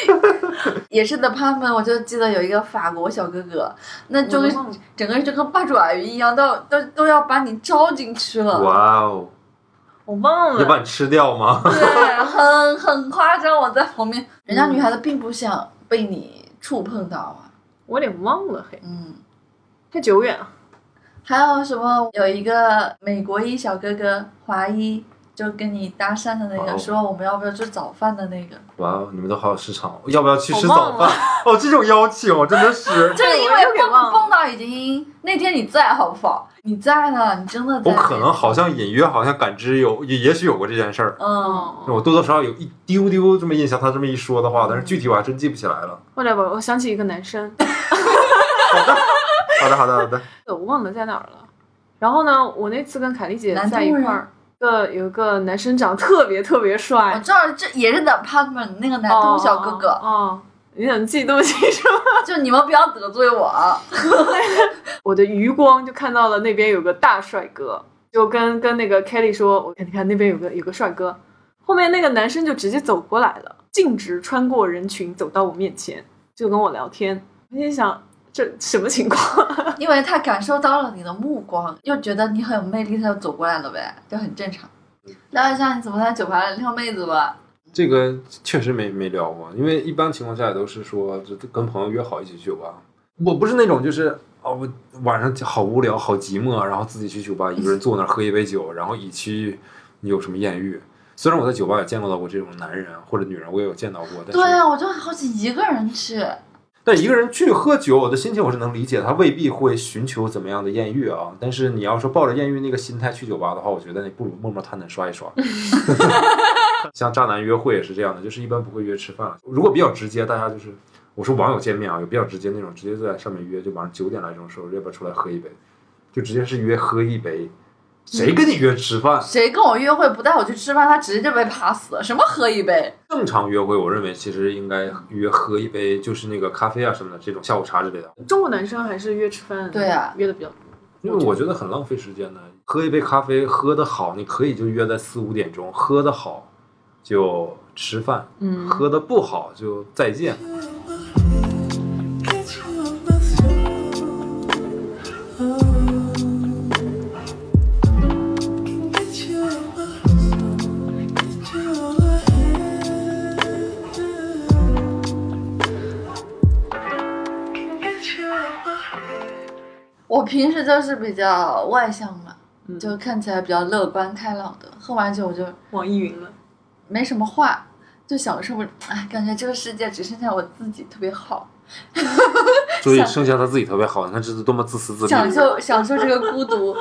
也是的。他们我就记得有一个法国小哥哥，那就我跟都忘记整个人就跟八爪鱼一样，都都都要把你招进去了。哇哦！我忘嗯要把了。你吃掉吗？对，很很夸张。我在旁边，人家女孩子并不想被你触碰到啊。我有点忘了，嘿，嗯，太久远了。还有什么？有一个美国裔小哥哥，华裔。就跟你搭讪的那哇个，哦说我们要不要吃早饭的那个，哇哦，你们都好有市场，要不要去吃我忘早饭？ [laughs] 哦，这种邀请我 [laughs] 真的是就，是因我又为给碰忘了碰到已经那天你在好不好？你在呢，你真的在。我可能好像隐约好像感知有，也也许有过这件事儿，嗯，哦，我多多少少有一丢丢这么印象。他这么一说的话，但是具体我还真记不起来了。后来我我想起一个男生，好的，好的，好的。我忘了在哪儿了。然后呢，我那次跟凯丽姐男在一同块儿，一个有一个男生长得特别特别帅我，知道这也是 department 那个男同小哥哥，哦哦哦，你怎么记得这么清楚？就你们不要得罪我啊。 [laughs] 我的余光就看到了那边有个大帅哥，就跟跟那个 Kelly 说，我看你看那边有个有个帅哥，后面那个男生就直接走过来了，径直穿过人群走到我面前，就跟我聊天。我心想，这什么情况？ [laughs] 因为他感受到了你的目光，又觉得你很有魅力，他就走过来了呗，就很正常。聊一下你怎么在酒吧里撩妹子吧。这个确实没没聊过，因为一般情况下也都是说就跟朋友约好一起去酒吧。我不是那种就是哦，我晚上好无聊、好寂寞，啊然后自己去酒吧一个人坐那儿喝一杯酒，然后以期有什么艳遇。虽然我在酒吧也见到过这种男人啊或者女人，我也有见到过，但是对啊，我就很好奇一个人去，但一个人去喝酒，我的心情我是能理解，他未必会寻求怎么样的艳遇啊。但是你要说抱着艳遇那个心态去酒吧的话，我觉得你不如默默探探刷一刷。像渣男约会也是这样的，就是一般不会约吃饭。如果比较直接，大家就是我说网友见面啊，有比较直接那种，直接就在上面约，就晚上九点来钟的时候，要不要出来喝一杯？就直接是约喝一杯，谁跟你约吃饭？谁跟我约会不带我去吃饭，他直接就被爬死了。什么喝一杯？正常约会，我认为其实应该约喝一杯，就是那个咖啡啊什么的，这种下午茶之类的。中国男生还是约吃饭，对啊约的比较多。因为我觉得很浪费时间的。喝一杯咖啡，喝得好，你可以就约在四五点钟；喝得好，就吃饭；嗯喝得不好就再见。我平时就是比较外向嘛，嗯就看起来比较乐观开朗的。喝完酒我就网易云了，没什么话，就想说我，哎，感觉这个世界只剩下我自己特别好，所以剩下他自己特别好，你看这是多么自私自利的享人。 [laughs] 受享受这个孤独，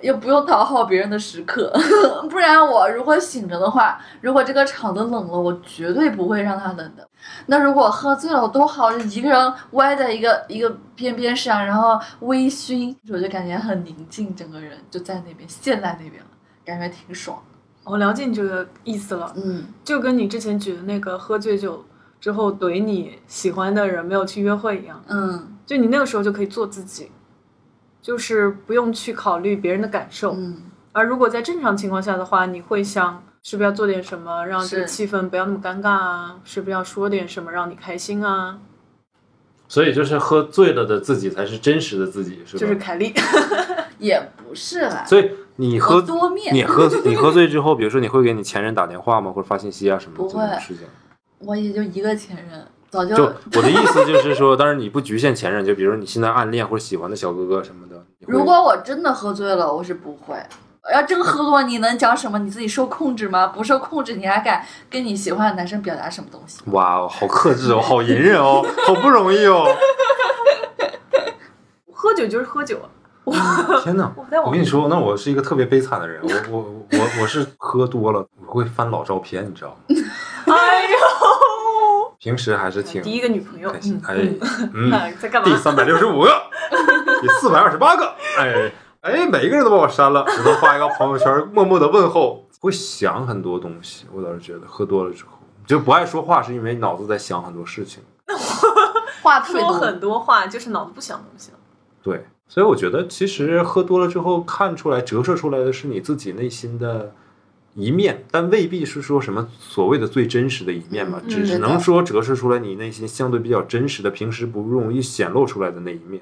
又不用讨好别人的时刻。 [laughs] 不然我如果醒着的话，如果这个场子冷了，我绝对不会让它冷的。那如果喝醉了，我多好，就一个人歪在一个一个边边上，然后微醺，我就感觉很宁静，整个人就在那边陷在那边了，感觉挺爽。我了解你这个意思了，嗯，就跟你之前举的那个喝醉酒之后怼你喜欢的人没有去约会一样，嗯就你那个时候就可以做自己，就是不用去考虑别人的感受。嗯，而如果在正常情况下的话，你会想是不是要做点什么让这个是气氛不要那么尴尬啊？是不是要说点什么让你开心啊？所以就是喝醉了的自己才是真实的自己，是吧？就是凯莉，也不是啦，所以你我喝多 [laughs] 面，你喝你喝醉之后，比如说你会给你前任打电话吗？或者发信息啊什么的不这会种事情？我也就一个前任，早就就我的意思就是说，当然你不局限前任，就比如你现在暗恋或者喜欢的小哥哥什么的，你会如果我真的喝醉了，我是不会。要真喝多，你能讲什么？你自己受控制吗？不受控制，你还敢跟你喜欢的男生表达什么东西？ [laughs] 哇哦，好克制哦，好隐忍 [laughs] 哦，好不容易哦。喝酒就是喝酒啊，天哪！我不在网我易跟你说，那我是一个特别悲惨的人，我我我我是喝多了，我会翻老照片，你知道吗？ [laughs] 哎呦，平时还是挺第一个女朋友开，心，哎，嗯，嗯，哎在干嘛第？三百六十五个，第四百二十八个，哎哎，每个人都把我删了，只能发一个朋友圈，默默的问候。会想很多东西，我倒是觉得喝多了之后就不爱说话，是因为脑子在想很多事情。话特别 [laughs] 说多，很多话就是脑子不想东西了。对，所以我觉得其实喝多了之后看出来、折射出来的是你自己内心的一面，但未必是说什么所谓的最真实的一面吧，嗯只是对的能说折射出来你内心相对比较真实的、平时不容易显露出来的那一面，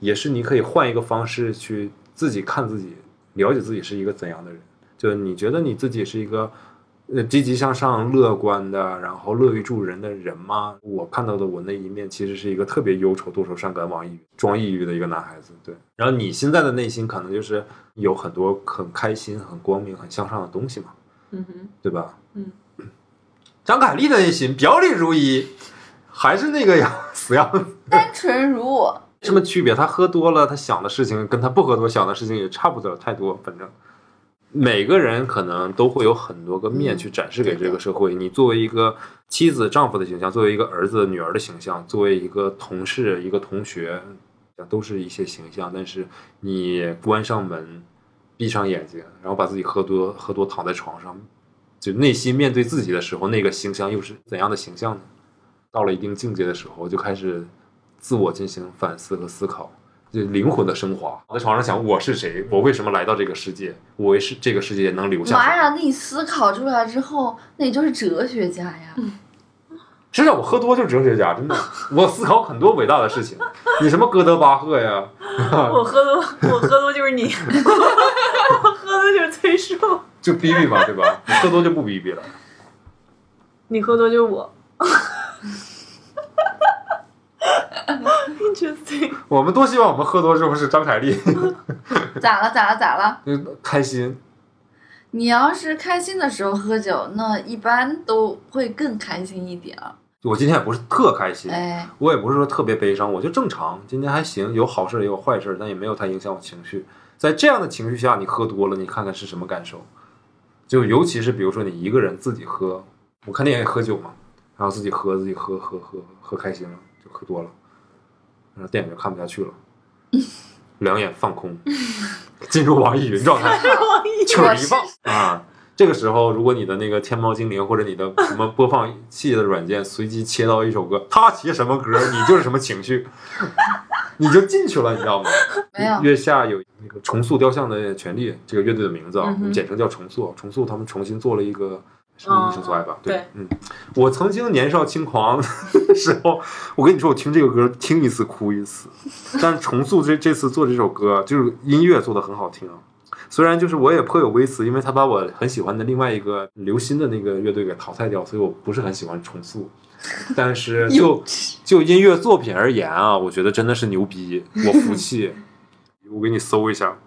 也是你可以换一个方式去自己看自己、了解自己是一个怎样的人。就你觉得你自己是一个。呃，积极向上、乐观的，然后乐于助人的人吗？我看到的我那一面，其实是一个特别忧愁、多愁善感、网易装抑郁的一个男孩子。对，然后你现在的内心可能就是有很多很开心、很光明、很向上的东西嘛，嗯哼，对吧？嗯。张凯丽的内心表里如一，还是那个样死样子，单纯如我。什么区别？他喝多了，他想的事情跟他不喝多想的事情也差不了太多，反正。每个人可能都会有很多个面去展示给这个社会。你作为一个妻子、丈夫的形象，作为一个儿子、女儿的形象，作为一个同事、一个同学，都是一些形象。但是你关上门，闭上眼睛，然后把自己喝多、喝多躺在床上，就内心面对自己的时候，那个形象又是怎样的形象呢？到了一定境界的时候，就开始自我进行反思和思考。就灵魂的升华，我在床上想我是谁，我为什么来到这个世界，我为是这个世界能留下什么。 [laughs] 妈呀！那你思考出来之后，那你就是哲学家呀！实际上我喝多就哲学家，真的，我思考很多伟大的事情。你什么哥德巴赫呀？我喝多，我喝多就是你，我喝多就是崔叔，就逼逼嘛，对吧？你喝多就不逼逼了。你喝多就是我。Interesting， [laughs] 我们多希望我们喝多之后是张凯丽， [laughs] 咋了咋了咋了？就开心。你要是开心的时候喝酒，那一般都会更开心一点儿。我今天也不是特开心，哎，我也不是说特别悲伤，我就正常，今天还行，有好事也有坏事，但也没有太影响我情绪。在这样的情绪下，你喝多了，你看看是什么感受？就尤其是比如说你一个人自己喝，我看电影也喝酒嘛，然后自己喝自己喝喝喝喝开心了，就喝多了，然后电影就看不下去了， [laughs] 两眼放空，进入网易云状态。王 [laughs] 一糗儿一棒啊！这个时候，如果你的那个天猫精灵或者你的什么播放器的软件随机切到一首歌，它切什么歌，你就是什么情绪， [laughs] 你就进去了，你知道吗？没有月下有那个重塑雕像的权利，这个乐队的名字啊，嗯哼我们简称叫重塑。啊重塑他们重新做了一个。是你生所爱吧？对嗯，我曾经年少轻狂的时候，我跟你说，我听这个歌听一次哭一次。但是重塑这这次做这首歌，就是音乐做的很好听啊。虽然就是我也颇有微词，因为他把我很喜欢的另外一个刘鑫的那个乐队给淘汰掉，所以我不是很喜欢重塑。但是就就音乐作品而言啊，我觉得真的是牛逼，我服气。我给你搜一下，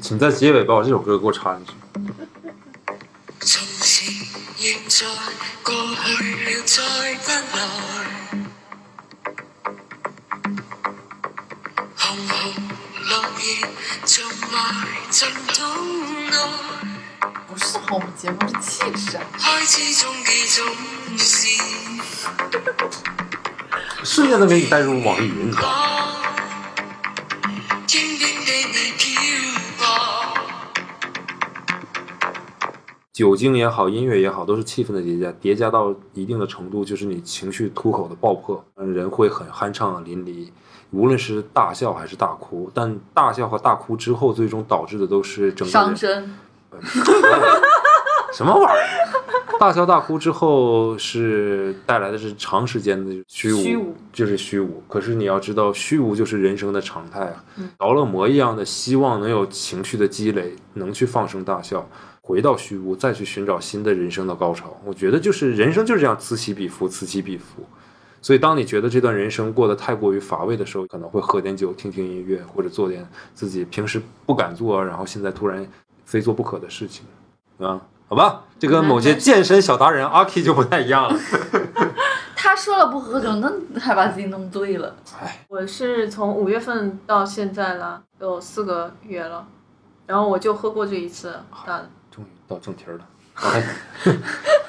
请在结尾把我这首歌给我插进去。纵使现在过去了，再不来，红红落叶种埋进土内。不适合我们节目的气质啊。开始中记总是瞬间能给你带入网易云，你知道吗？我，天边的你漂泊。酒精也好，音乐也好，都是气氛的叠加，叠加到一定的程度，就是你情绪突口的爆破，嗯人会很酣畅啊淋漓，无论是大笑还是大哭，但大笑和大哭之后，最终导致的都是整个伤人身， [laughs] 什么玩意儿？大笑大哭之后是带来的是长时间的虚无，虚无就是虚无。可是你要知道，虚无就是人生的常态啊。嗯着了魔一样的，希望能有情绪的积累，能去放声大笑，回到虚无，再去寻找新的人生的高潮。我觉得就是人生就是这样此起彼伏，此起彼伏。所以，当你觉得这段人生过得太过于乏味的时候，可能会喝点酒，听听音乐，或者做点自己平时不敢做，然后现在突然非做不可的事情。啊，好吧，这跟某些健身小达人阿 K 就不太一样了。他说了不喝酒，那还把自己弄醉了。哎我是从五月份到现在了，有四个月了，然后我就喝过这一次大的，终于到正题儿了。OK，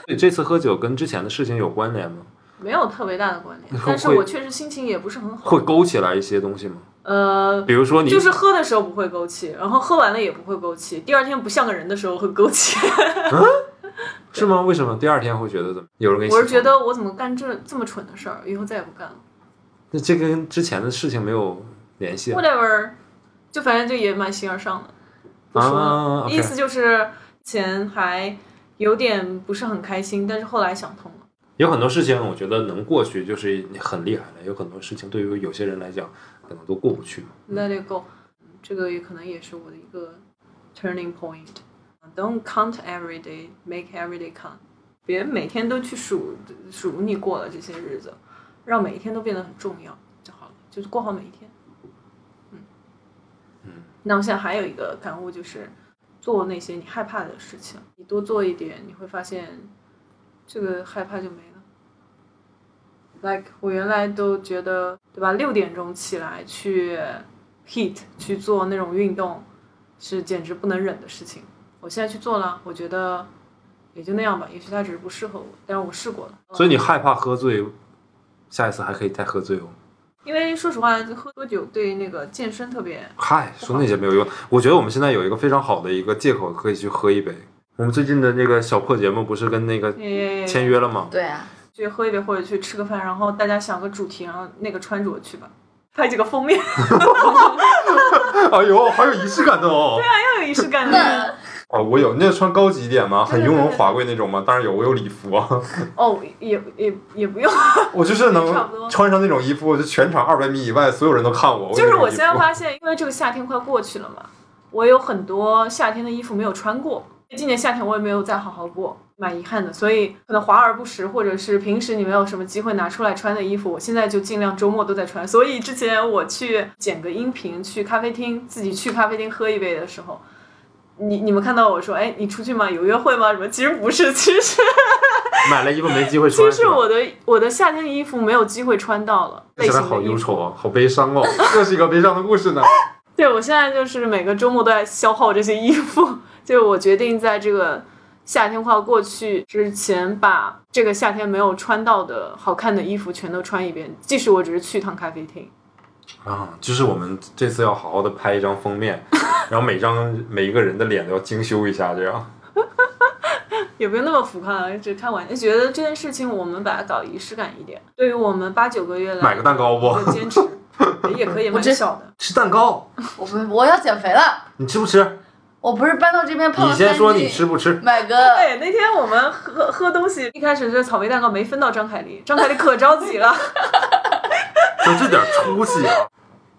对， [laughs] 这次喝酒跟之前的事情有关联吗？没有特别大的关联会，但是我确实心情也不是很好。会勾起来一些东西吗？呃，比如说你就是喝的时候不会枸杞，然后喝完了也不会枸杞，第二天不像个人的时候会枸杞。是吗？为什么第二天会觉得怎么？有人给你？我是觉，得我怎么干这这么蠢的事儿，以后再也不干了。那这跟之前的事情没有联系啊。 Whatever，就反正就也蛮形而上的，不说了。啊意，OK，思就是前还有点不是很开心，但是后来想通了。有很多事情我觉得能过去就是你很厉害了，有很多事情对于有些人来讲可能都过不去嘛。 Let it go，这个也可能也是我的一个 turning point。Don't count every day, make every day count。别每天都去数数你过了这些日子，让每一天都变得很重要就好了，就是过好每一天。嗯嗯。那我现在还有一个感悟就是，做那些你害怕的事情，你多做一点，你会发现这个害怕就没了。like 我原来都觉得，对吧？六点钟起来去 heat 去做那种运动，是简直不能忍的事情。我现在去做了，我觉得也就那样吧。也许它只是不适合我，但是我试过了。所以你害怕喝醉，下一次还可以再喝醉哦。因为说实话，喝多酒对那个健身特别嗨，说那些没有用。我觉得我们现在有一个非常好的一个借口可以去喝一杯。我们最近的那个小破节目不是跟那个耶嗯签约了吗？对啊，去喝一杯或者去吃个饭，然后大家想个主题，然后那个穿着去吧，拍几个封面， [laughs] 嗯哎呦，好有仪式感的啊哦！很有仪式感的。哦，我有，那穿高级一点吗？很雍容对对对华贵那种吗？当然有，我有礼 [laughs] 服啊，哦，也也也不用，我就是差不多能穿上那种衣服，我就全场二百米以外所有人都看我。就是我现现在发现，因为这个夏天快过去了嘛，我有很多夏天的衣服没有穿过。今年夏天我也没有再好好过，蛮遗憾的。所以可能华而不实，或者是平时你没有什么机会拿出来穿的衣服，我现在就尽量周末都在穿。所以之前我去剪个音频，去咖啡厅，自己去咖啡厅喝一杯的时候，你你们看到我说，哎，你出去吗？有约会吗？什么？其实不是，其实 [laughs] 买了衣服没机会其穿，实吧我的我的夏天的衣服没有机会穿到了，类现在型好的衣忧服。愁啊，好悲伤哦， [laughs] 这是一个悲伤的故事呢。对，我现在就是每个周末都在消耗这些衣服，就是我决定在这个夏天快要过去之前，把这个夏天没有穿到的好看的衣服全都穿一遍，即使我只是去趟咖啡厅。 [laughs] 啊，就是我们这次要好好的拍一张封面， [laughs] 然后每张每一个人的脸都要精修一下，这样。也不用那么浮夸啊，只是开玩笑，觉得这件事情我们把它搞仪式感一点。对于我们八九个月来买个蛋糕不？ [laughs] 的坚持，也可以我蛮这小的。吃蛋糕，我不我要减肥了，你吃不吃？我不是搬到这边胖你了先说3你斤吃不吃？买个对，那天我们喝喝东西，一开始这草莓蛋糕没分到张凯丽，张凯丽可着急 [laughs] 了。就这点出息啊！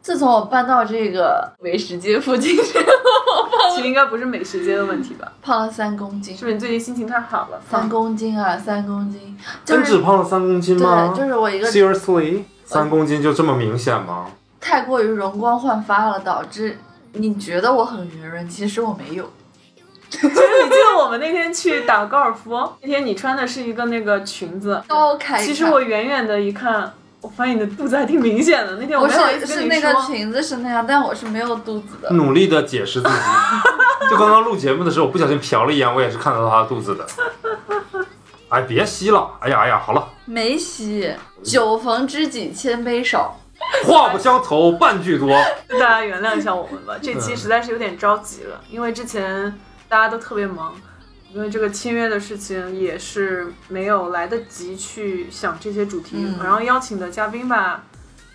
自从我搬到这个美食街附近之后，其实应该不是美食街的问题吧？胖了三公斤是，不是你最近心情太好了？三公斤啊，三公斤，就真只是胖了三公斤吗对，就是我一个？Seriously，三公斤就这么明显吗？太过于容光焕发了，导致你觉得我很圆润，其实我没有。 [laughs] 你记得我们那天去打高尔夫，那天你穿的是一个那个裙子，高开叉其实我远远的一看，我发现你的肚子还挺明显的。那天我不没好意是思是跟那你说个，裙子是那样，但我是没有肚子的。努力的解释自己。 [laughs] 就刚刚录节目的时候，我不小心瞟了一眼，我也是看到他肚子的。 [laughs] 哎，别吸了！哎呀哎呀，好了，梅西，酒逢知己千杯少。话不相投半句多。大家原谅一下我们吧。这期实在是有点着急了，因为之前大家都特别忙，因为这个签约的事情也是没有来得及去想这些主题，嗯然后邀请的嘉宾吧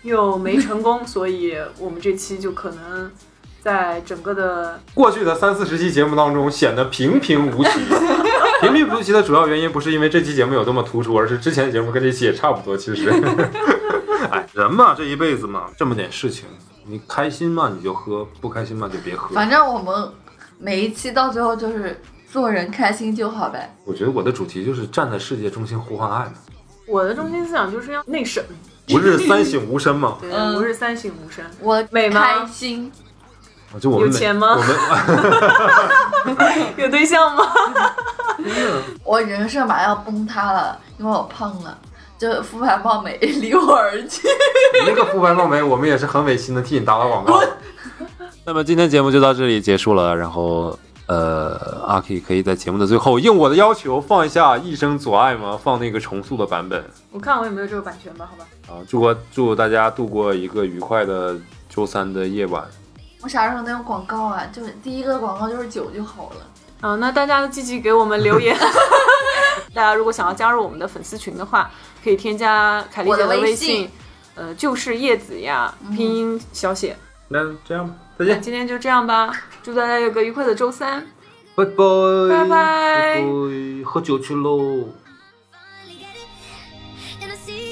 又没成功， [laughs] 所以我们这期就可能在整个的过去的三四十期节目当中，显得平平无奇。平平无奇的主要原因不是因为这期节目有多么突出，而是之前的节目跟这期也差不多。其实，哎，人嘛，这一辈子嘛，这么点事情，你开心嘛你就喝，不开心嘛就别喝。反正我们每一期到最后就是做人开心就好呗。我觉得我的主题就是站在世界中心呼唤爱嘛，我的中心思想就是要内省，吾日三省吾身嘛。对，嗯吾日三省吾身。我美吗开心，就我们有每钱吗我们有对象吗？ [laughs] 我人设马上要崩塌了，因为我胖了，就肤白貌美 [laughs] 离我而去。 [laughs] 你 [laughs] 那个肤白貌美，我们也是很违心的替你打打广告。那么今天节目就到这里结束了，然后呃，阿 K 可以在节目的最后应我的要求，放一下《一生阻碍》吗？放那个重塑的版本。我看我有没有这个版权吧，好吧。啊，祝过祝大家度过一个愉快的周三的夜晚。我啥时候能有广告啊？就是第一个广告就是酒就好了。啊，那大家积极给我们留 [laughs] 言。大家如果想要加入我们的粉丝群的话，可以添加凯丽姐我的微微嗯信，呃，就是叶子呀，拼音小写。那这样吧，再那见，今天就这样吧，祝大家有个愉快的周三。拜拜拜拜拜，喝酒去喽。 And I see